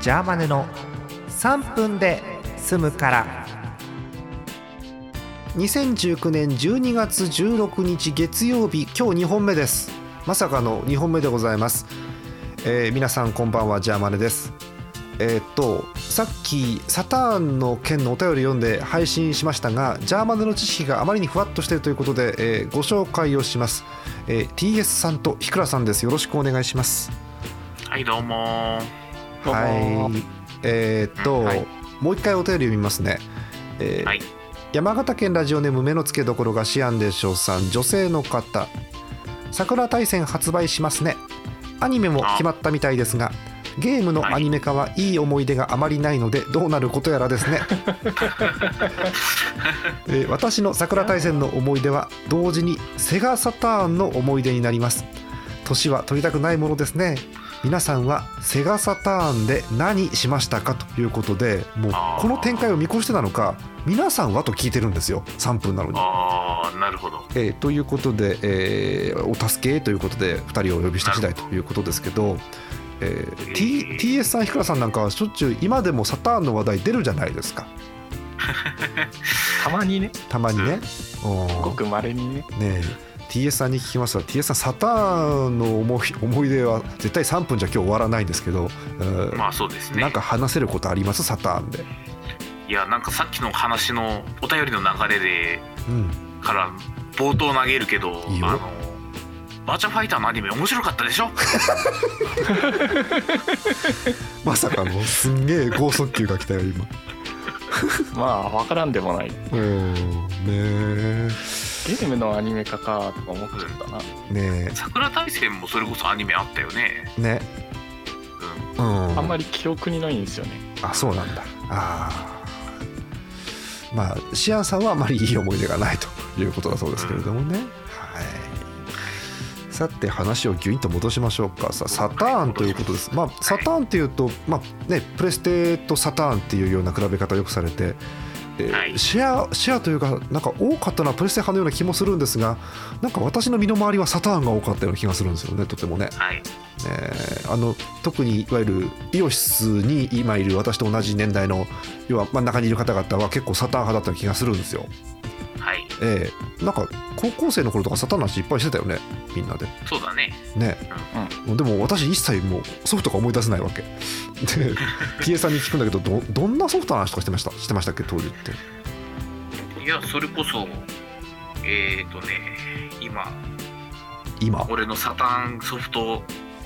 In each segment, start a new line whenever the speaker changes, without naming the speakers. ジャーマネの3分で済むから2019年12月16日月曜日今日2本目ですまさかの2本目でございます、えー皆さんこんばんはジャーマネですえーっとさっきサターンの件のお便り読んで配信しましたがジャーマネの知識があまりにふわっとしているということで、えーご紹介をします、えー TS さんとひくらさんですよろしくお願いします
はいどうも
はい。えーっと、
はい
もう一回お便り読みますね。えー
はい
山形県ラジオネーム目の付けどころがシアンでしょうさん女性の方桜大戦発売しますねアニメも決まったみたいですがゲームのアニメ化はいい思い出があまりないのでどうなることやらですねえー私の桜大戦の思い出は同時にセガサターンの思い出になります年は取りたくないものですね皆さんはセガサターンで何しましたかということでもう
あー
この展開を見越してなのか皆さんはと聞いてるんですよ3分なのに。
ああなるほど
えーということで、えーお助けということで2人をお呼びした次第ということですけど、えー T- TS さん、ひくらさんなんかはしょっちゅう今でもサターンの話題出るじゃないですか
たまにね
たまにね。
ご
う
くまれにね
んねえ TS さんに聞きますが TS さんサターンの思い思い出は絶対3分じゃ今日終わらないんですけど、うん
まあそうですね
なんか話せることありますサターンで。
いやなんかさっきの話のお便りの流れで
うん
から冒頭投げるけど
いいよ
あのバーチャファイターのアニメ面白かったでしょ
まさかのすんげえ剛速球が来たよ今。
まあわからんでもないゲ
うんね
ームのアニメ化かとか思っちゃったな
えね
桜大戦もそれこそアニメあったよね
えね
う
うん。
あんまり記憶にないんですよね
あそうなんだああまあシアンさんはあまりいい思い出がないということだそうですけれどもね、はいさて話をギュインと戻しましょうかさサターンということですまあサターンっていうと、まあね、プレステとサターンっていうような比べ方よくされて、えー
はい
シェアシェアというかなんか多かったのはプレステ派のような気もするんですがなんか私の身の回りはサターンが多かったような気がするんですよねとてもね
んはい
えーあの特にいわゆるイオシスに今いる私と同じ年代の要は真ん中にいる方々は結構サターン派だったような気がするんですよ、
はい
ええなんか高校生の頃とかサターンの話いっぱいしてたよねみんなで
そうだね
ね、でも私一切もうソフトが思い出せないわけで PA さんに聞くんだけどどどんなソフトの話とかしてましたしてましたっけ当時って
いやそれこそえっ、ー、とね今
今
俺のサタンソフト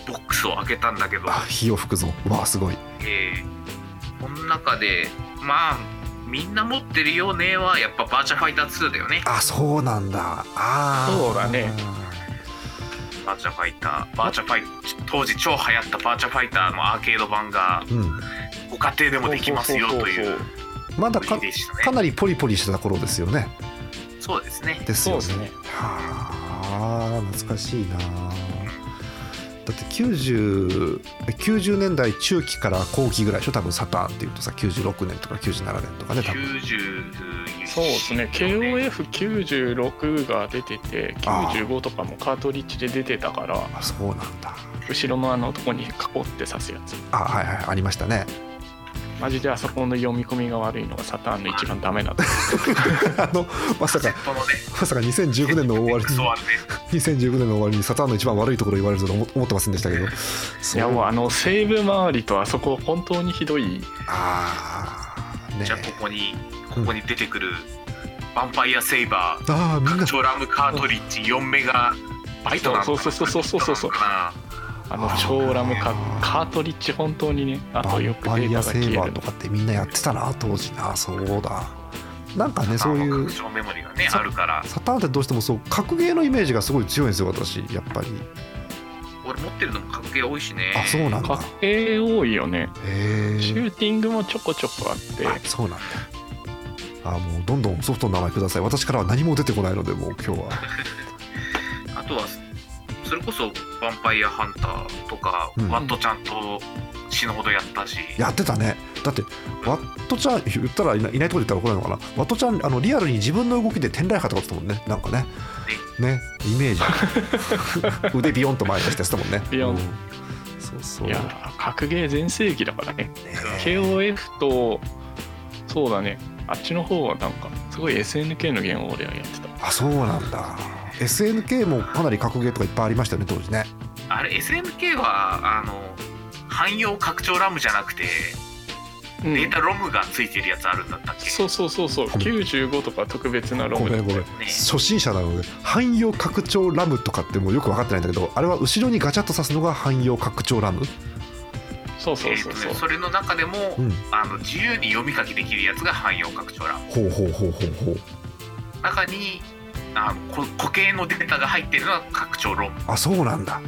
ボックスを開けたんだけど
あ火を吹くぞわあすごい
えーこの中でまあみんな持ってるよねはやっぱバーチャファイター2だよね
あそうなんだあー
そうだね
バーチャファイターバーチャファイ当時超流行ったバーチャファイターのアーケード版が
うん
ご家庭でもできますよという
まだ
売り
か
でした
か
ね
なりポリポリしてた頃ですよね
そうですね
です
そう
よ
で
ね
すね
はあ懐かしいなだって90 90年代中期から後期ぐらいでしょ多分サターンっていうとさ96年とか97年とかね多分
90
そうですね KOF96 が出てて
ああ
95とかもカートリッジで出てたから
あそうなんだ
後ろのあのとこに囲って刺すやつ
あはいはいありましたね
マジであそこの読み込みが悪いのがサターンの一番ダメなとこ
あのまさ
セ
か
ットのね
まさか2019年の終わり
クソ
に
ワンね
2019年の終わりにサターンの一番悪いところ言われると思思ってませんでしたけどそ
いやもうあのセーブ周りとあそこ本当にひどい
ああね
じゃあここにここに出てくるヴァンパイアセイバー
ああみんな
拡張ラムカートリッジ4メガバイトなんだ
そうそうそうそうそうそうそう
バ
あの超ラムカカートリッジ本当にねあとよくデ
バ
ー
イ
タ
ア
が
セ
消
ー
え
バ
る
ー
の
とかってみんなやってたな当時なそうだなんかね
イト
そ
な
う
の
いう
かな拡張メモリがね
そう
あるから
サターンってどうしてもそう格ゲーのイメージがすごい強いんですよ私やっぱり
俺持ってるのも格ゲー多いしね
あそうなんだ
格ゲー多いよね
へ
シ
え
ューティングもちょこちょこあって
そうなんだあもうどんどんソフトの名前ください私からは何も出てこないのでもう今日は
あとはそれこそ「ヴァンパイアハンター」とか、
うん
ワットちゃんと死ぬほどやったし
やってたねだってワットちゃん言ったらいないいないとこで言ったら怒られるのかなワットちゃんあのリアルに自分の動きで天来派とかって言ってたもんねなんかね ねイメージ腕ビヨンと前に出してたもんね
ビヨン
うんそうそうそう
いやー格ゲー全盛期だからね
え
KOF とそうだねあっちの方はなんかすごい SNK のゲームを俺はやってた
あそうなんだ SNK もかなり格ゲーとかいっぱいありましたよね当時ね
あれ SNK はあの汎用拡張ラムじゃなくて
うん
データロムがついてるやつあるんだったっけ、
そうそうそうそう95とか特別なロ
ご
ム
め
だ
んごめん
ね
初心者なので汎用拡張ラムとかってもうよく分かってないんだけどあれは後ろにガチャッと刺すのが汎用拡張ラム
そうそう
えーと
そ
ね
うそう
それの中でも、
うん
あの自由に読み書きできるやつが汎用拡張欄
ほうほうほうほうほう
中にあのこ固形のデータが入ってるのは拡張ロム
あそうなんだ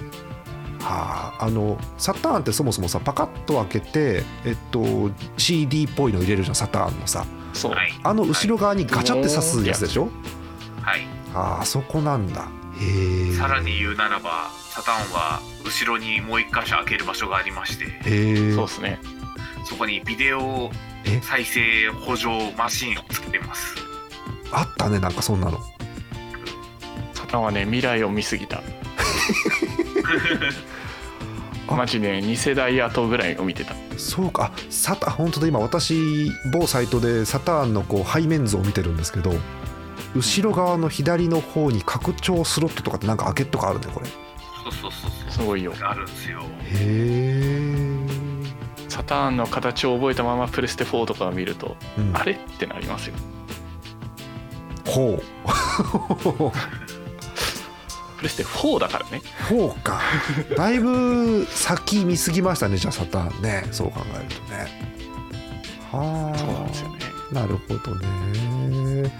はああのサターンってそもそもさパカッと開けてえっと CD っぽいの入れるじゃんサターンのさ
そう
はい
あの後ろ側にガチャって刺すやつでしょ
はい
ああそこなんだへえ
さらに言うならばサタンは後ろにもう一箇所開ける場所がありまして
へえ
そうですね
そこにビデオ
え
再生補助マシンをつけて ます
あったねなんかそんなの
サタンはね未来を見すぎた
あ
マジね2世代後ぐらいを見てた
そうかあサタ本当だ今私某サイトでサターンのこう背面図を見てるんですけど後ろ側の左の方に拡張スロットとかってなんか開けとかあるねこれへ
そうそうそう
すごいよ
そうあるんですよ
え
サターンの形を覚えたままプレステ4とかを見ると
うん
あれってなりますよ
ほう
プレステ4だからね
ほうかだいぶ先見すぎましたねじゃあサターンねそう考えるとねはあ
そうなんですよね
なるほどね。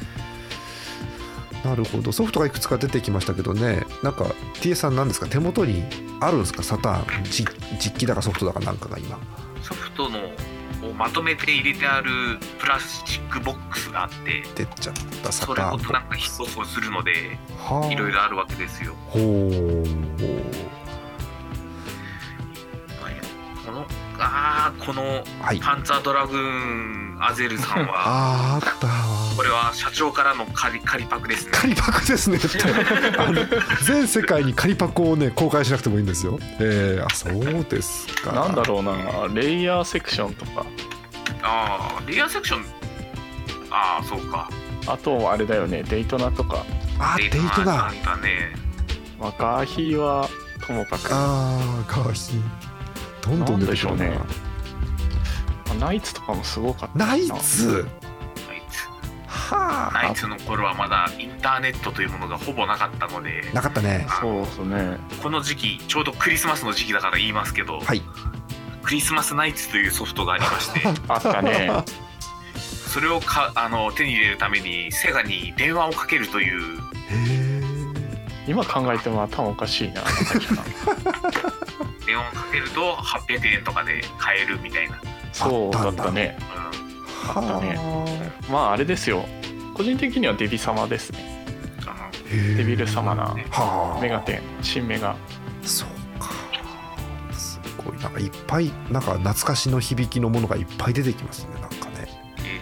なるほどソフトがいくつか出てきましたけどねなんか TA さんなんですか手元にあるんですかサターンじ実機だかソフトだかなんかが今
ソフトのをまとめて入れてあるプラスチックボックスがあっ
出
て
ちゃったサタ
それ
ーン
ごとなんか一つをするので
はい
ろいろあるわけですよ
ほう
このあーこの
はい
パンツァードラグーンアゼルさんは
あーあった
こ
わ
れは社長からの仮仮パクですね
仮パクですね ってあの全世界に仮パクをね公開しなくてもいいんですよえー、あそうですか
なんだろうなレイヤーセクションとか
ああレイヤーセクションああそうか
あとあれだよねデイトナとか
あデイト
あ
だ
ったね
まあガーヒーはともかくま
あーかわいいどんどん出てくる
なんでし
な
ょうねあナイツとかもすごかったな
ナイツ
ナイツ
は
ナイツの頃はまだインターネットというものがほぼなかったので
なかったね
そうですね
この時期ちょうどクリスマスの時期だから言いますけど、
はい
クリスマスナイツというソフトがありまして
あったね
それをかあの手に入れるためにセガに電話をかけるという
へえ
今考えても頭おかしい なさっきから
電話をかけると800円とかで買えるみたいな、
そうだったね
う
ったね
は
まああれですよ個人的にはデビ様ですね
んあの
あ
デビル様な
はあ
メガテン新メガ
そうかすごいなんかいっぱいなんか懐かしの響きのものがいっぱい出てきますねなんかね
え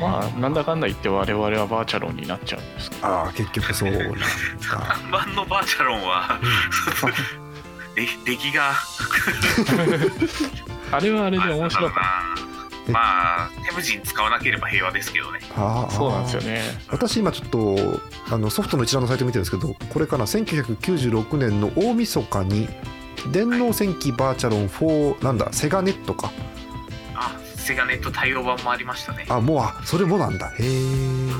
まあなんだかんだ言って我々はバーチャロンになっちゃうんですけど
ああー結局そうなんだ
ー版のバーチャロンはで出来が
あれはあれで面白かっ
あのなまあテムジン使わなければ平和ですけどね
あー
た そうなんですよね
私今ちょっとあのソフトの一覧のサイト見てるんですけどこれかな1996年の大晦日に電脳戦記バーチャロン4なんだセガネットか
あセガネット対応版もありましたね
あもうあそれもなんだへえい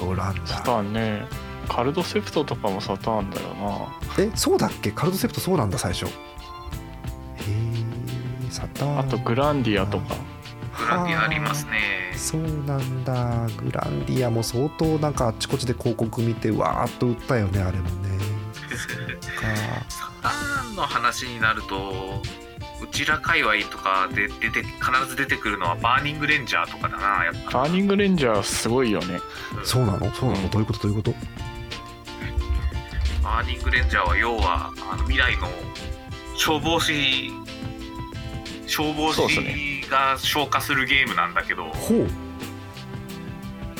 ろいろあん
サ
だ
ターンねカルドセプトとかもサターンだよ
えそうだっけカルドセプトそうなんだ最初へえサターン
なあとグランディアとか
グランディアありますね
そうなんだグランディアも相当なんかあっちこっちで広告見てわーっと売ったよねあれもねそっか
サターンの話になるとうちら界隈とかで出て必ず出てくるのはバーニングレンジャーとかだなやっぱ
バーニングレンジャーすごいよね
そうなのそうなの、
うん
どういうことどういうこと
バーニングレンジャーは要はあの未来の消防士消防
そうっす
士が消火するゲームなんだけど、
ほう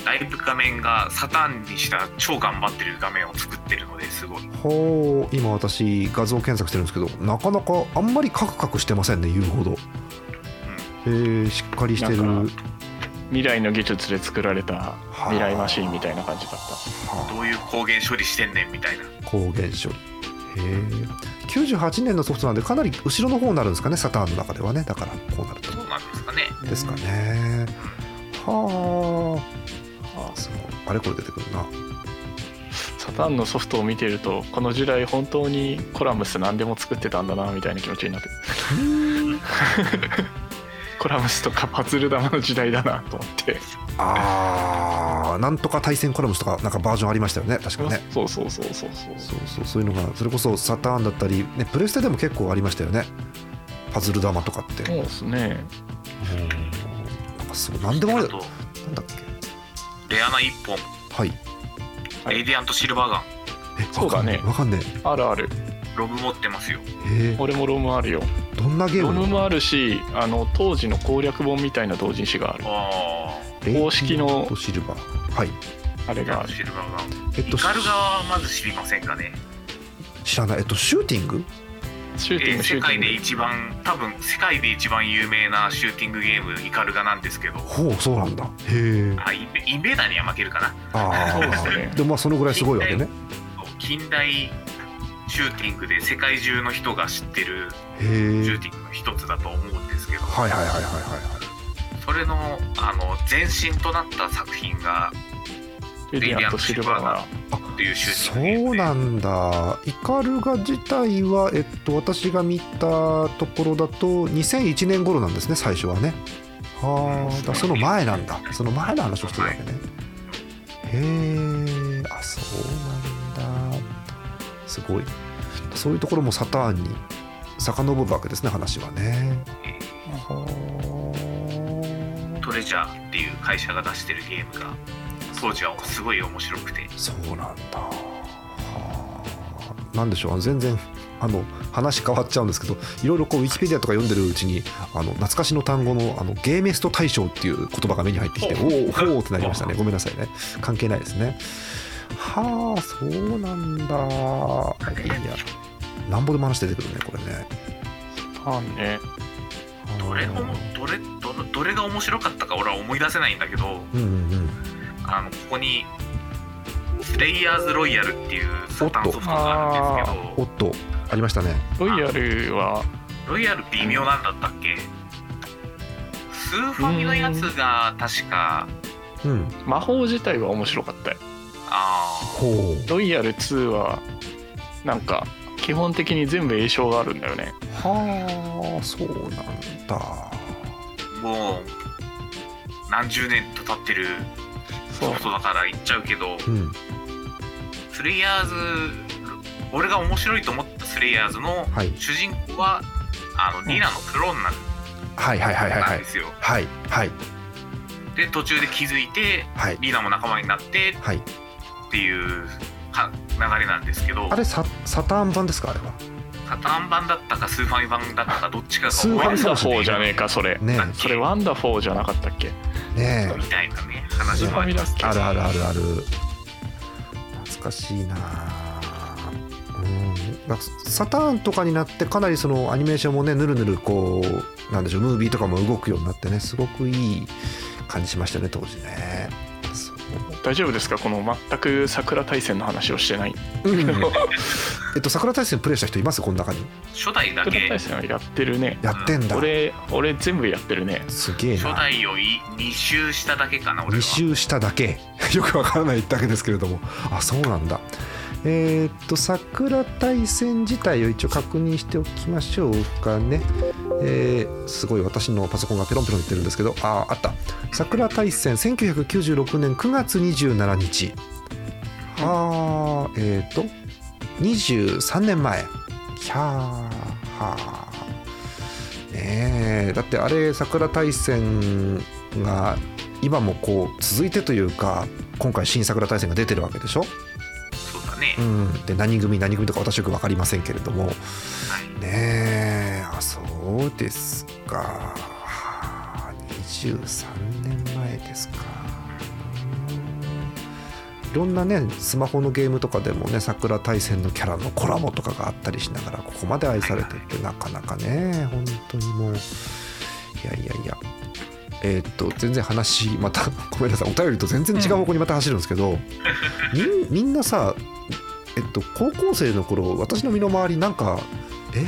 ライブ画面がサタンにした超頑張ってる画面を作ってるのですごい
ほう今私画像検索してるんですけどなかなかあんまりカクカクしてませんね言うほど、えーしっかりしてる
なんか未来の技術で作られた未来マシンみたいな感じだった
は
どういう光源処理してんねんみたいな
あ光原処理へえ98年のソフトなんでかなり後ろの方になるんですかねサターンの中ではねだからこうなると
そうなんですかね
ですかねは
あ
あそうあれこれ出てくるな
サタンのソフトを見てるとこの時代本当にコラムス何でも作ってたんだなみたいな気持ちになってコラムスとかパズル玉の時代だなと思って
あーなんとか対戦コラムスとかなんかバージョンありましたよね確かね
そうそうそうそうそう
そうそうそういうのがそれこそサターンだったり、ね、プレステでも結構ありましたよねパズル玉とかって
そうですね
なんかそう何でもあ
あ
る
と
なんだっけ
レアな一本
はい
はい
レイディアントシルバーガン
え
そうだね
わかんね
あるある
ロブ持ってますよ
ええ
俺もロムあるよ
ーどんなゲー
ロ
ム
ム
な
もあるしあの当時の攻略本みたいな同人誌がある
あ
レイ
公式の
とシルバーはい
あ
レ
れ
イディ
が
アン
あ
ト
る
シルバーガン
えっ
イ
と
カルガはまず知りませんかね
知らないえっとシューティング
シューティン
えー
グシュ
世
ーティ
界
ング
で一番多分世界で一番有名なシューティングゲームイカルガなんですけど
ほうそうなんだへえ
あインベインベーダーには負けるかな
あ
そうです
あ
ね
でもまあそのぐらいすごいわけね
近代シューティングで世界中の人が知ってる
へ
シ
え
ューティングの一つだと思うんですけど、
はいはいはいはいはい
それのあの前身となった作品が
レディアントシルバーが
っていうシュー
そ
ティング
う
ゲームで
なんだイカルガ自体は、えっと、私が見たところだと2001年頃なんですね最初はねはあだからその前なんだその前の話をしてるわけねへえあそうなんだすごいそういうところもサターンに遡るわけですね話はねはあ
トレジャーっていう会社が出してるゲームが当時はすごい面白くて
そうなんだはあなんでしょうあの全然あの話変わっちゃうんですけどいろいろこうウィキペディアとか読んでるうちにあの懐かしの単語のあのゲーメスト大賞っていう言葉が目に入ってきてお
ほう
おほうってなりま したねごめんなさいね関係ないですねはあそうなんだいやなんぼでも話出てくるねこれね
ファンね
どれもどれどのどれが面白かったか俺は思い出せないんだけど
うんうんうん
あのここにスレイヤーズロイヤルっていうサタンソフトがあるんです
お
け
っとありましたね
ロイヤルは
どロイヤル微妙なんだったっけスーファミのやつが確か
うん
魔法自体は面白かったよ
あ
ほう
ロイヤル2はなんか基本的に全部栄称があるんだよね
はあそうなんだ
あもう何十年と経ってる
そ
ソ
う
フトだから言っちゃうけど
うん
スレイヤーズ俺が面白いと思ったスレイヤーズの
はい
主人公はあのニナのクローンな
はいはいはいはいは
ん
い
ですよ、
はいはい
で途中で気づいて
はい
リーナも仲間になって
はい
っていうは流れなんですけど
あれササターン版ですかあれは
サターン版だったかスーファミ版だったかどっちかが
スーファ
ワ
ミ
ン
版
ダフォーじゃねえかそれ
ね
それワンダフォーじゃなかったっけ
えね
みたいなね
え
話
スーフ
もあ
ァ
り
ミだっけ
あるあるあるある懐かしいなうんだサターンとかになってかなりそのアニメーションもねぬるぬるこうなんでしょうムービーとかも動くようになってねすごくいい感じしましたね当時ねそう
大丈夫ですかこの全く桜大戦の話をしてない
うんえっと桜大戦プレイした人いますこの中に
初代だ
桜
け
大戦はやってるね
やってんだ
俺俺全部やってるね
すげえ
初
な
代を2周しただけかな俺
2
は
周しただけ よくわからないだけですけれどもあそうなんだえーっと桜大戦自体を一応確認しておきましょうかね、えーすごい私のパソコンがペロンペロン言ってるんですけどあーあった桜大戦1996年9月27日はあえーっと23年前ひゃーはーねえだってあれ桜大戦が今もこう続いてというか今回新桜大戦が出てるわけでしょ、
そうだね、
うん、で何組何組とか私よく分かりませんけれども
は
ね
い
えあそうですかはあ23年前ですかうんいろんなねスマホのゲームとかでもね桜大戦のキャラのコラボとかがあったりしながらここまで愛されてってなかなかね本当にもういやいやいやえーっと全然話また ごめんなさいお便りと全然違う方向にまた走るんですけ ど、みんみんなさえっと高校生の頃私の身の回りなんかえ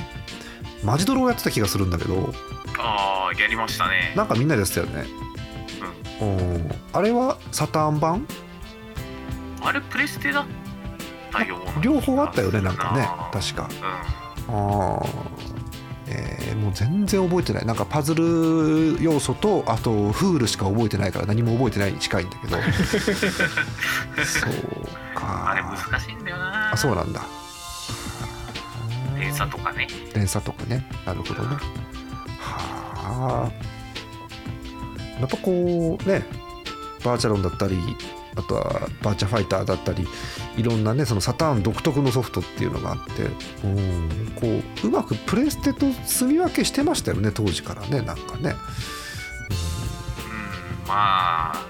マジドロをやってた気がするんだけど
ああやりましたね
なんかみんなでやってたよねうんあれはサターン版
あれプレステだったような
両方あったよねなんかね確か
うん
あーえーもう全然覚えてないなんかパズル要素とあとフールしか覚えてないから何も覚えてないに近いんだ けどそうか
あれ難しいんだよな
あそうなんだ
連鎖とかね
連鎖とかねなるほどねはあやっぱこうねバーチャロンだったりあとはバーチャファイターだったりいろんなねそのサターン独特のソフトっていうのがあってうんこううまくプレステと住み分けしてましたよね当時からねなんかね、
うんまあ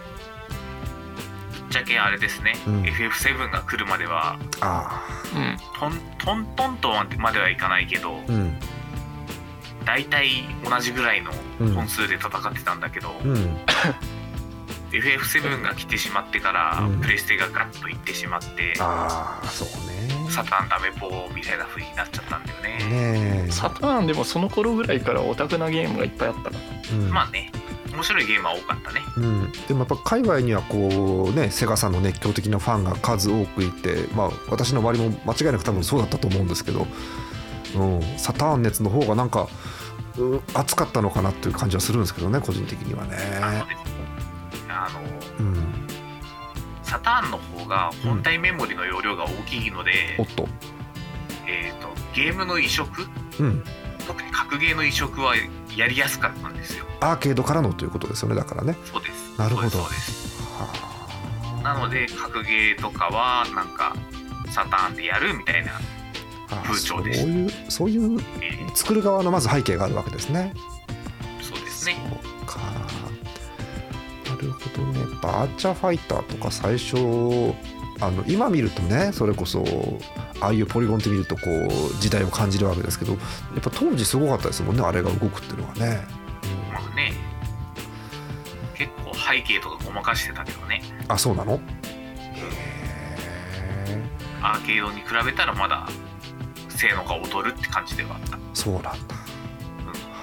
ぶっちゃけあれですね、
うん
FF7 が来るまでは
うん、あ
うん
トントントンとまではいかないけど、
あうん
大体同じぐらいの
うん
本数で戦ってたんだけど、
うん
FF7 が来てしまってから、
うん
プレステがガッといってしまって、
ああそう
サタンダメポーみたいな風になっちゃったんだよ
ね
ね、
ねえ
サターンでもその頃ぐらいからオタクなゲームがいっぱいあったから
うん
まあね面白いゲームは多かったね
うん、でもやっぱ海外にはこうねセガさんの熱狂的なファンが数多くいて、まあ、私の周りも間違いなく多分そうだったと思うんですけど、うん、サターン熱の方がなんか、うん熱かったのかなっていう感じはするんですけどね個人的にはね。
あのですあの
うん、
サターンの方が本体メモリの容量が大きいので、
おっと、
えー、とゲームの移植
うん、
特に格ゲーの移植はやりやすかったんですよ
アーケードからのということですよねだからね。
そうです
なるほど
そうですそうですな
な
ので格ゲーとかはなんかサターンでやるみたいな、風潮です
そういうそういう
えー
作る側のまず背景があるわけですね。
そうですね
そうかなるほどねバーチャファイターとか最初あの今見るとねそれこそああいうポリゴンって見るとこう時代を感じるわけですけどやっぱ当時すごかったですもんねあれが動くっていうのはね、
まあね結構背景とかごまかしてたけどね
うんあそうなのへえ
アーケードに比べたらまだ性能が劣るって感じではあった
そうなんだ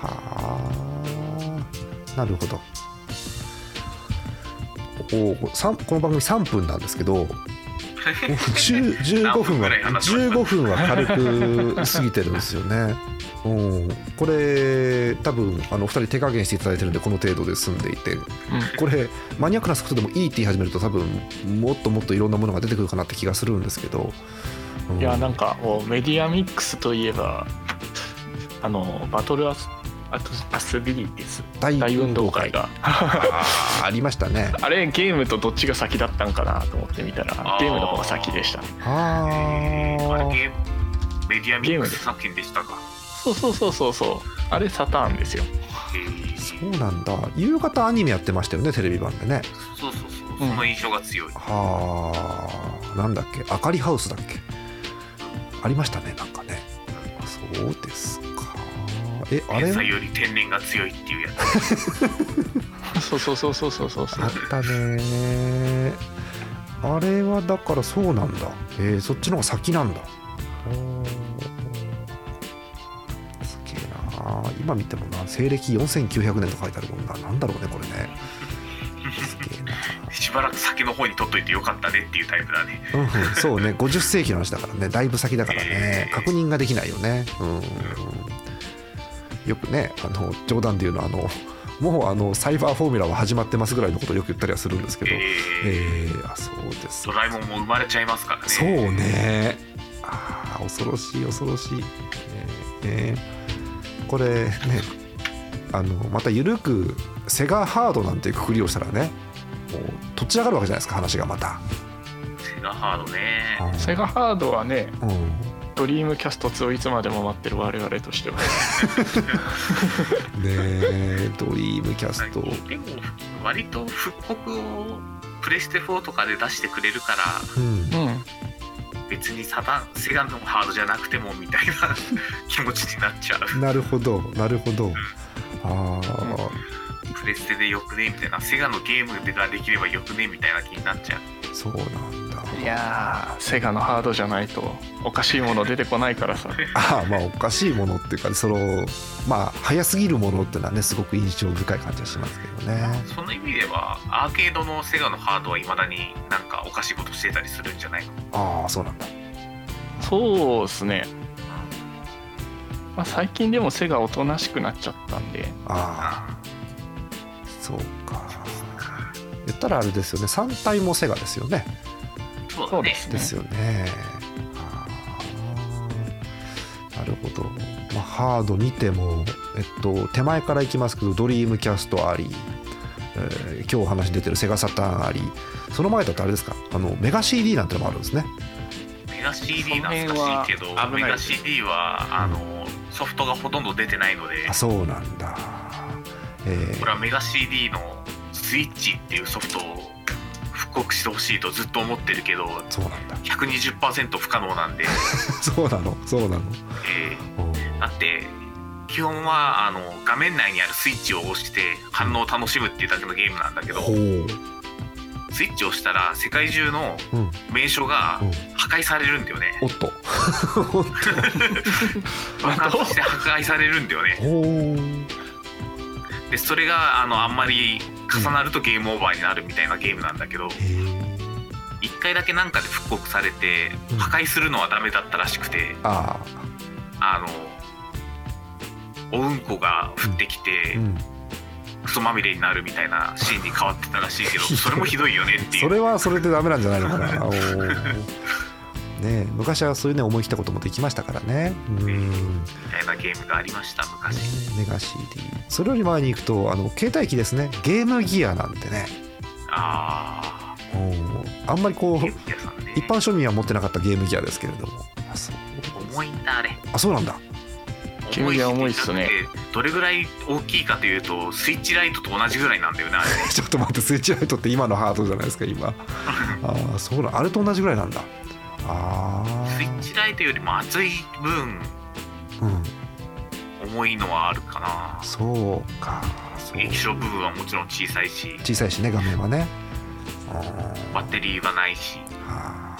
はあなるほどおおさんこの番組3分なんですけど10 15分は
何分ぐらい話しました
15分は軽く過ぎてるんですよね。うん、これ多分あのお二人手加減していただいてるんでこの程度で済んでいてこれマニアックなソフトでもいいって言い始めると多分もっともっといろんなものが出てくるかなって気がするんですけど、う
いやなんかもうメディアミックスといえばあのバトルアスアトアスビリティス
大
大運動会が
あーありましたね。
あれゲームとどっちが先だったんかなと思ってみたら
あー
ゲームの方が先でしたね
あ
えー、あ
ー
れゲームメディアミックス作品でしたか
そうそうそうそうそうあれサターンですよ
えー
そうなんだ夕方アニメやってましたよねテレビ版でね
そうそうそうその印象が強い、
はあなんだっけあかりハウスだっけありましたねなんかねあそうですかえあれ
天才
あ
より天然が強いっていうやつ
そうそうそうそうそうそうそう
ったねあれはだからそうなんだえーそっちの方が先なんだおーすげえな今見てもな西暦4900年と書いてあるもんななんだろうねこれねすげえな
しばらく先の方に取っといてよかったねっていうタイプだね
うん、そうね50世紀の話だからねだいぶ先だからね確認ができないよねうんよくねあの冗談で言うのはあのもうあのサイバーフォーミュラは始まってますぐらいのことをよく言ったりはするんですけど
え
え
ー
ーあそうです
ドラえもんも生まれちゃいますからね
そうねあー恐ろしい恐ろしい、ねねこれねあのまたゆるくセガハードなんていうくくりをしたらねもうとっち上がるわけじゃないですか話がまた。
セガハードね
セガハードはね
うん
ドリームキャスト2をいつまでも待ってる我々としては
ねえドリームキャスト
でも割と復刻をプレステ4とかで出してくれるか
うん
うん
ら別にサタンセガのハードじゃなくてもみたい な気持ちになっちゃう
なるほどなるほどああ
プレステでよくねみたいなセガのゲームができればよくねみたいな気になっちゃう
そうなんだ
いやーセガのハードじゃないとおかしいもの出てこないからさ
ああまあおかしいものっていうかそのまあ早すぎるものっていうのはねすごく印象深い感じがしますけどね
その意味ではアーケードのセガのハードはいまだになんかおかしいことしてたりするんじゃないの
ああそうなんだ
そうですね、まあ、最近でもセガおとなしくなっちゃったんで
ああそうか言ったらあれですよね3体もセガですよね
そうだ
そうで
ね
すね
です よねああなるほど、まあ、ハード見ても、えっと、手前からいきますけどドリームキャストあり、えー今日お話出てるセガサターンありその前だとあれですかあのメガ CD なんてのもあるんですね
メガ CD 懐かしいけど
その辺は危
メ
ない
ガ
です
CD はあのソフトがほとんど出てないので
あそうなんだ、えー
これはメガ CD のスイッチっていうソフトを復刻してほしいとずっと思ってるけど
そうなんだ
120%不可能なんで、
そうなのそうなの
え
おー
ーだって基本はあの画面内にあるスイッチを押して反応を楽しむっていうだけのゲームなんだけど
ほううん
スイッチを押したら世界中の
うん
名所が破壊されるんだよね
おっとおっと
爆発して破壊されるんだよね
ほう
でそれがあのあんまり重なるとゲームオーバーになるみたいなゲームなんだけど
へえ
一回だけなんかで復刻されて
うん
破壊するのはダメだったらしくて
あ
あのおうんこが降ってき
あ
て
うん
クソまみれになるみたいなシーンに変わってたらしい けどそれもひどいよねってい
そうれはそれでダメなんじゃないのかなおーねえ昔はそういうね思い切ったこともできましたからねうん
みたいなゲームがありました昔
メガ CD それより前に行くとあの携帯機ですねゲームギアなんてね
あ
おーあんまりこ
あ
う
ゲーム屋さんね
一般庶民は持ってなかったゲームギアですけれどもあそう
重いんだあれ
あそうなんだ
ゲーム屋重いっすね
だってどれぐらい大きいかというとスイッチライトと同じぐらいなんだよね あれ
ちょっと待ってスイッチライトって今のハードじゃないですか今 あーそうだあれと同じぐらいなんだあ
スイッチライトよりも厚い分
あうん
重いのはあるかな
そうかそう
液晶部分はもちろん小さいし
小さいしね画面はねあ
バッテリーはないし
ーあ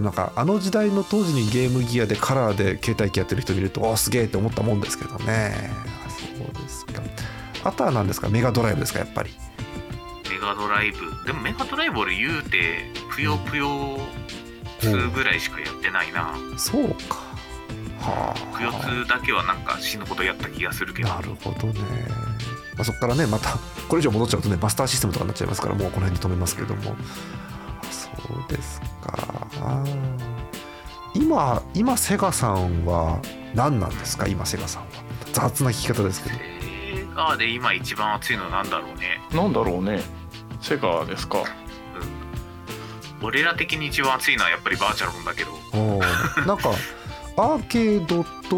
ーなんかあの時代の当時にゲームギアでカラーで携帯機やってる人見るとおーすげえって思ったもんですけどねあそうですかあとは何ですかメガドライブですかやっぱり
メガドライブでもメガドライブ俺言うてぷよぷよ2ぐらいしかやってないな
そうかは
ぷよ
あ
2だけはなんか死ぬことやった気がするけど
なるほどね、まあ、そこからねまたこれ以上戻っちゃうとねマスターシステムとかになっちゃいますからもうこの辺で止めますけどもあそうですかあー今今セガさんは何なんですか今セガさんは雑な聞き方ですけど
映画で今一番熱いのなんだろうね
なんだろうねセガですか
俺ら的に一番熱いのはやっぱりバーチャロンだけど
おーなんかアーケードと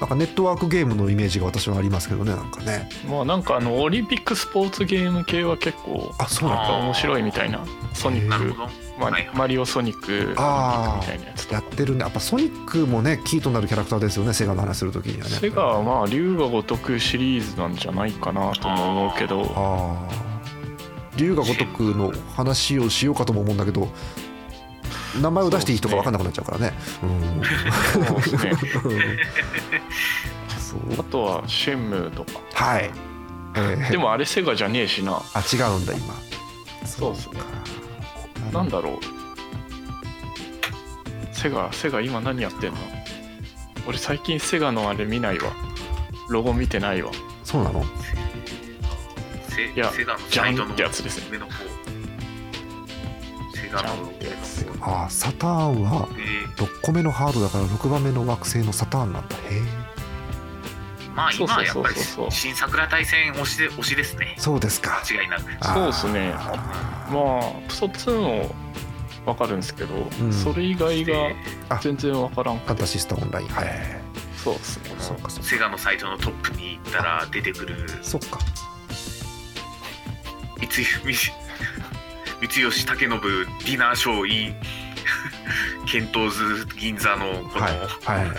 なんかネットワークゲームのイメージが私はありますけどねなんかね
まあなんかあのオリンピックスポーツゲーム系は結構
あそうなん
なん
だ
か面白いみたいなソニ
なる
ック
ほど
マ
はいはい
マリオソニックみ
あー
たいなやつと
やっ
か
てるねやっぱソニックもねキーとなるキャラクターですよねセガの話するときにはね
セガはまあ龍が如くシリーズなんじゃないかなとも思うけど
ああ龍が如くの話をしようかとも思うんだけど名前を出していい人か分かんなくなっちゃうからね
そうですね
うんそう
あとはシェンムーとか
はい、えー
でもあれセガじゃねえしな
あ違うんだ今
そうっすね
か
なんだろうセガセガ今何やってんの俺最近セガのあれ見ないわロゴ見てないわ
そうなの
セ
いや
セガの
ジ
サイ
ャ
ト
ン
の
ってやつですね
上の方セガの上
ジャン
の
ってやつ
方
ああサターンは
で
6個目のハードだから6番目の惑星のサターンなんだへえ
まあ
そう
今
そ
はやっ
うそう
ぱり
そう
新桜大戦推しで推しですね
そうですか
間違いなく
そうっすね
あー
まあプソ2も分かるんですけど、
ん
それ以外
あ
が全然分からん
ファンタシスタオンラインはい
そうですね
そうかそうか
セガのサイトのトップに行ったら出てくる
そうか
密輸密三吉武信ディナーショー in 検討図銀座のこの、
はいは い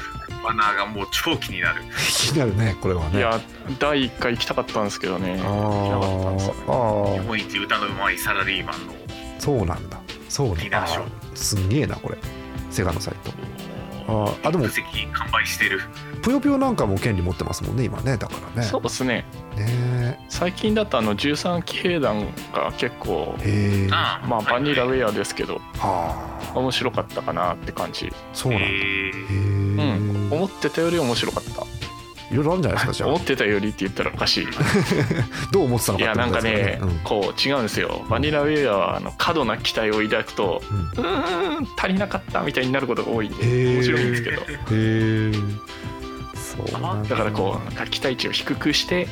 バナーがもう超気になる
気になるねこれはいね
や第1回行きたかったんですけどね
あ
行けなかったんです
ー
よね
あ
日
ー
本一歌のうまいサラリーマンの
そうなんだそうなん
ディナ
だ
ーショー
すんげえなこれセガのサイトあーあでも
客席完売してる
ぷよぷよなんかも権利持ってますもんね今ねだからね
そうですね
ね
最近だとあの13騎兵団が結構
えへえは
ああ
まあバニラウ
イ
ェアですけど
あ
面白かったかなって感じ
そうなんだへ
う
え
ん思ってたより面白かった
いろいろあるんじゃないですかじゃ
思
あ
ってたよりって言ったらおかしい
どう思ってたの
い
か
や
って
なん
ことで
か
す
ね、
よ
こう違うんですよバニラウェアはあの過度な期待を抱くと
うんうん
うーん足りなかったみたいになることが多いんで
へー
面白いんですけど
へえ。そうなん
だからこうなんか期待値を低くして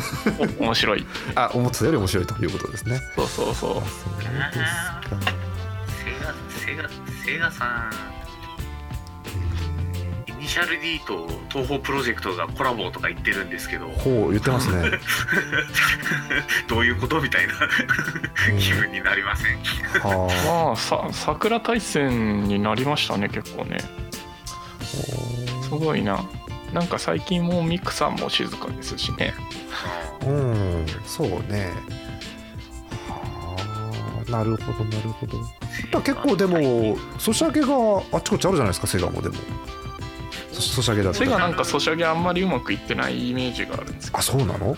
お面白い
あ、思ってたより面白いということですね。
そうそうそ
あそうですか。
セガセガセガさんイニシャル D と東宝プロジェクトがコラボとか言ってるんですけど
へーほう言ってますね。
どういうことみたいな
うん
気分になりません
は
う
あ
まあさ桜大戦になりましたね結構ねすごいななんか最近もうミクさんも静かですしね
うん、そうね。はあ、なるほどなるほど。だから結構でも、ソシャゲがあっちこっちあるじゃないですか、セガもでも。ソソシャゲだった
それ
ら
がなんかソシャゲあんまりうまくいってないイメージがあるんですけ
あ、そうなの？
ど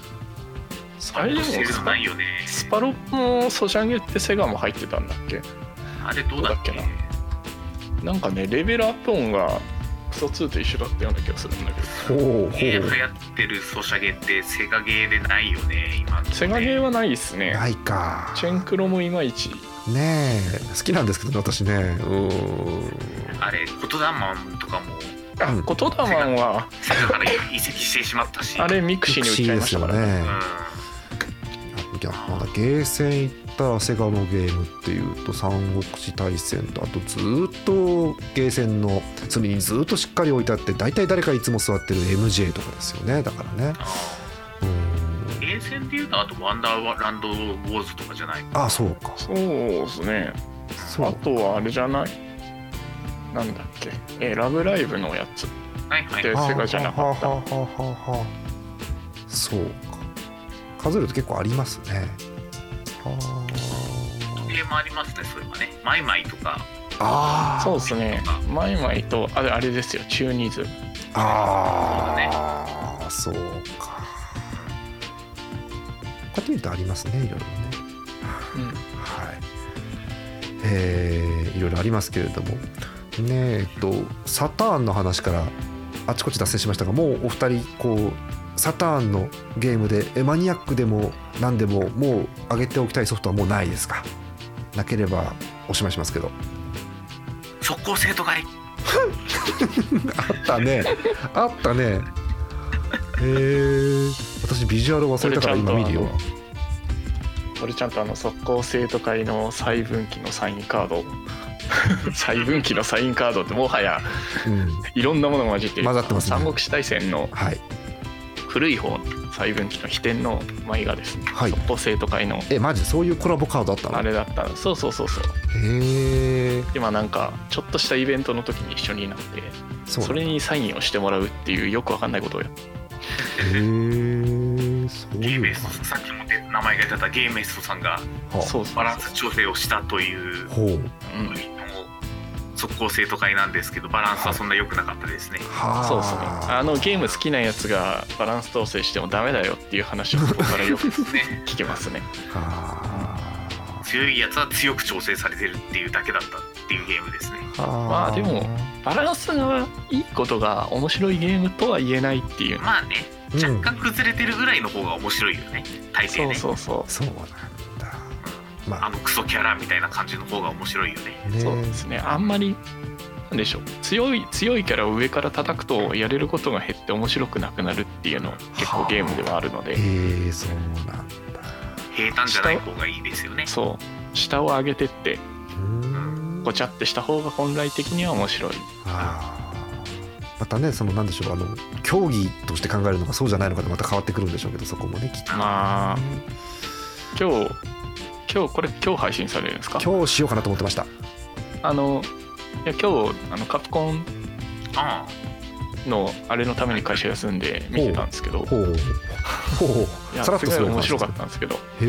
あれでも
セガないよね
スパロもソシャゲってセガも入ってたんだっけ
あれどうだっけ
どうだっなんかねレベルアップ音がクソ2と一緒だったような気がするんだけど
ほうほう。
流行ってるソシャゲってセガゲーでないよね今
セガゲー
は
はないですね
ないか。
チェンクロもいまいち
ねえ好きなんですけどね私ねうーん
あれコトダンマンとかも
あ
うん
コトダマンは
セガから移籍してしまったし
あれミクシー
ピク
に売っ
シ
ち
ーです
ゃいました
よ
からね
ね
うん
いやまだゲーセン行ったらセガのゲームっていうと三国志大戦とあとずーっとゲーセンの隅にずーっとしっかり置いてあって大体誰かいつも座ってる MJ とかですよねだからね
あ
うーん
ーゲーセンでいうとあとワンダーランドウォーズとかじゃない
あそうか
そうですね
そ
あ
う
とはあれじゃないなんだっけえーラブライブのやつ
はいはい
でセガじゃなかった
はあはあはあはあはあそうか数えると結構ありますねは
ゲームありますねそれはねマイマイとか
ああー
そうですねマイマイとあれあれですよチューニーズ
ああそうかこうやって見るとありますねいろいろね
うん
はいえーいろいろありますけれどもねええっとサターンの話からあちこち脱線しましたがもうお二人こうサターンのゲームでえマニアックでも何でももう上げておきたいソフトはもうないですかなければおしまいしますけど
速攻生徒会
あったねあったねへえ私ビジュアル忘れたから今見るよ
俺ちゃんとあの速攻生徒会の細分岐のサインカード 細分岐のサインカードってもはや
うん
いろんなものが混じってる
混ざってますね
三国志大戦の
はい
古い方細分岐の飛天の舞がですね
はい
速攻生徒会の
えマジそういうコラボカードあったの
あれだったそうそうそうそう
へえ
今なんかちょっとしたイベントの時に一緒になって
そう
それにサインをしてもらうっていうよくわかんないことをやって
へえそう
ゲーム
い
エ
う
ス
感
トさっきも出名前が出たゲームエストさんが
はあ
そうそう
バランス調整をしたという
ほう
うん
速攻生徒会なんですけどバランスはそんな良くなかったですね
はあ
そうですねあのゲーム好きなやつがバランス調整してもダメだよっていう話をここからよく
ね
聞きますね
は
強いやつは強く調整されてるっていうだけだったっていうゲームですね
あ
まあでもバランスがいいことが面白いゲームとは言えないっていう
まあね
う
若
ん
干崩れてるぐらいの方が面白いよね大抵
そう
ね
そうそ
そうなんだま
あ
あ
のクソキャラみたいな感じの方が面白いよね
う
ね
そうですねあんまりなんでしょう強い強いキャラを上から叩くとやれることが減って面白くなくなるっていうの結構ゲームではあるので
へえそうなんだ
平坦じゃない方がいいですよね
そう下を上げてって
うーん
ごちゃってした方が本来的には面白い
あーまたねそのなんでしょうあの競技として考えるのかそうじゃないのかでまた変わってくるんでしょうけどそこもねきっと
まあ今日今日今日これ今日配信されるんですか
今日しようかなと思ってました
あのいや今日あのカプコン
あ
のあれのために会社休んで見てたんですけど
ほうほうほ
いうや
さらっ
す
と
ごい
そういう
面
話
白かったんですけど
へえ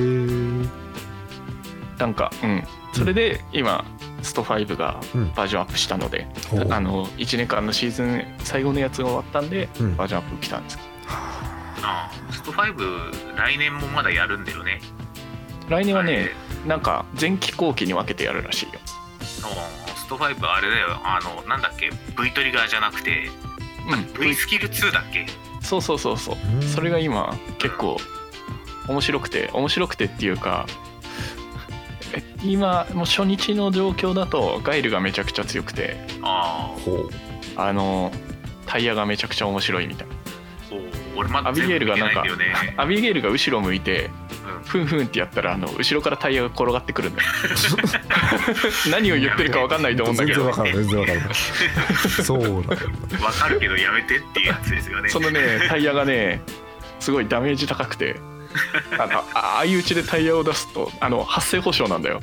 なんかうんそれで今スト5が
うん
バージョンアップしたので、
ほう
あの1年間のシーズン最後のやつが終わったんで、
うん
バージョンアップ来たんですけ
あああスト5来年もまだやるんだよね
ど来年は
あれ
ねなんか前期後期に分けてやるらしいよ、
うんスト5あれだよあのなんだっけ V トリガーじゃなくて
うん、
V スキル2だっけ
そうそうそうそう
うん
それが今結構面白くて面白くてっていうかえ今もう初日の状況だとガイルがめちゃくちゃ強くて
ああ
ほう
あのタイヤがめちゃくちゃ面白いみたいな
お俺ま
ア
だ
ビゲ
全
イル
部
が
見て
なん
ないん
か
だよね
アビゲイルが後ろ向い
う
て
ん
ふんふんってやったらあの後ろからタイヤが転がってくるんだよ何を言ってるか分かんないと思うんだ
全
け
然
ど
わからない全然わ からないそうなんだ
わかるけどやめてっていうやつですよね
そのねタイヤがねすごいダメージ高くてあのあ相打ちでタイヤを出すとあの発生保証なんだよ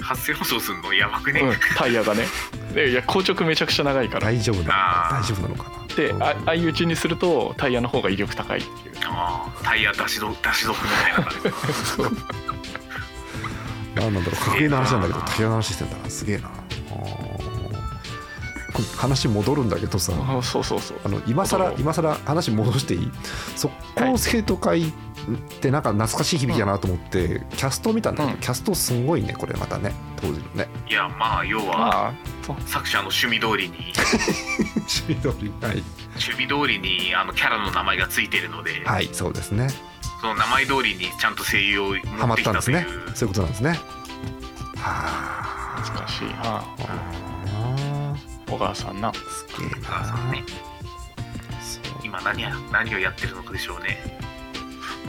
発生保証すんのやばくね、
うん、タイヤがね。でいや硬直めちゃくちゃ長いから。
大丈夫なの
あー
大丈夫なのかな
であ相打ちにするとタイヤの方が威力高いっていう。
ああタイヤ出しど出し毒みたいな感じ
何なんだろう格ゲーの話なんだけどタイヤの話してんだなすげえなあーこれ話戻るんだけどさ
あそうそうそう
あ。の今更
戻ろう
今更話戻していい速攻生徒会ってなんか懐かしい響きだなと思って、キャスト見たんだけど、
うん
キャストすごいねこれまたね当時の ね
いやまあ要は
まあそう
作者の趣味通りに
しりとりはい、
趣味通りにあのキャラの名前がついてるので、
はい、そうですね
その名前通りにちゃんと声優を
ハ
持
マ
っ
ってた
き
んで
た
す
という
ねそういうことなんですねは
懐かしいな。
ああ
小川さんな。
ーすげえ
お母さん
な
ね今何や何をやってるのかでしょうね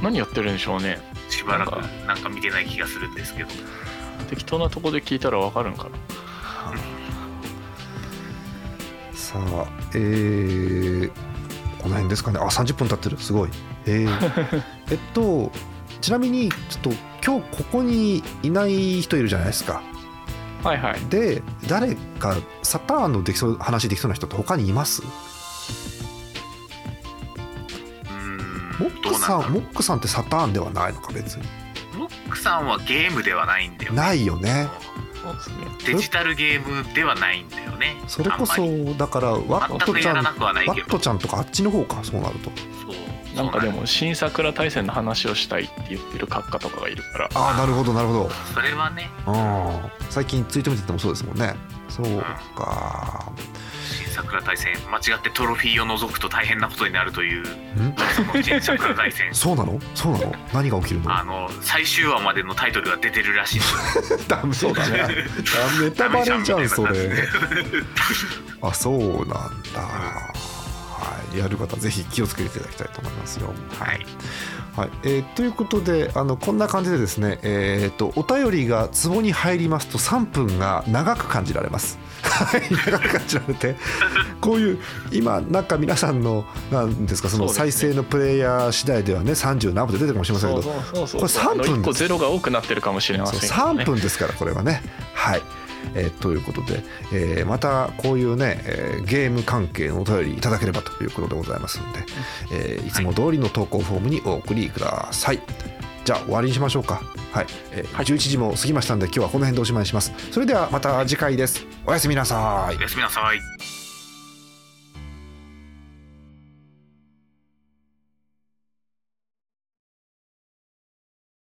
何やってるんでしょうね。
しばらく
なんか
なんか見てない気がするんですけど
適当なとこで聞いたらわかるんかな。
さあえー、この辺ですかねあ30分経ってるすごいえーえっとちなみにちょっと今日ここにいない人いるじゃないですか
はいはい。
で誰かサターンのできそう話できそうな人って他にいます
うー
モ
ん
ッ
ど
ク
うな
さ
んだ
ん
ろ
モックさんってサターンではないのか別に
うモックさんはゲームではないんだよね
ないよね
そうですね。
デジタルゲームではないんだよね
それこ
あんまり
そだからワッ
全
ト
く
ちゃ
や
んワ
らなくはないけ
ット
ど
ちゃんとかあっちの方かそうなると
そう
なんかで
そう
も新桜大戦の話をしたいって言ってる閣下とかがいるから。
ああなるほどなるほど
なんそれはね
うん最近ツイート見ててもそうですもんねそうか
新桜大戦間違ってトロフィーを除くと大変なことになるというんその新桜大戦
そうなのそうなの何が起きるの
あの最終話までのタイトルが出てるらしいんですよ
ダメ
そうだね。
ネタバレじゃんそれ
ダメじゃんみたいな感じで
あそうなんだ、はい、やる方ぜひ気をつけていただきたいと思いますよ
はい
はいえーということであのこんな感じでですね、えー、とお便りが壺に入りますと3分が長く感じられます。はい長く感じられてこういう今なんか皆さんのなんですかその
そう
再
ですね
生のプレイヤー次第ではね30何分で出てるかもしれませんけ
そ
ど
うそうそうそう。
これ三分
あの一個ゼロが多くなってるかもしれませんけど、
そう
ね。
3。分ですからこれはねはい、えーということで、えーまたこういうね、えーゲーム関係のお便りいただければということでございますので、えーいつも通りの投稿フォームにお送りください、じゃあ終わりにしましょうかはい、えー
はい
11時も過ぎましたんで今日はこの辺でおしまいにしますそれではまた次回ですおやすみなさい
おやすみなさい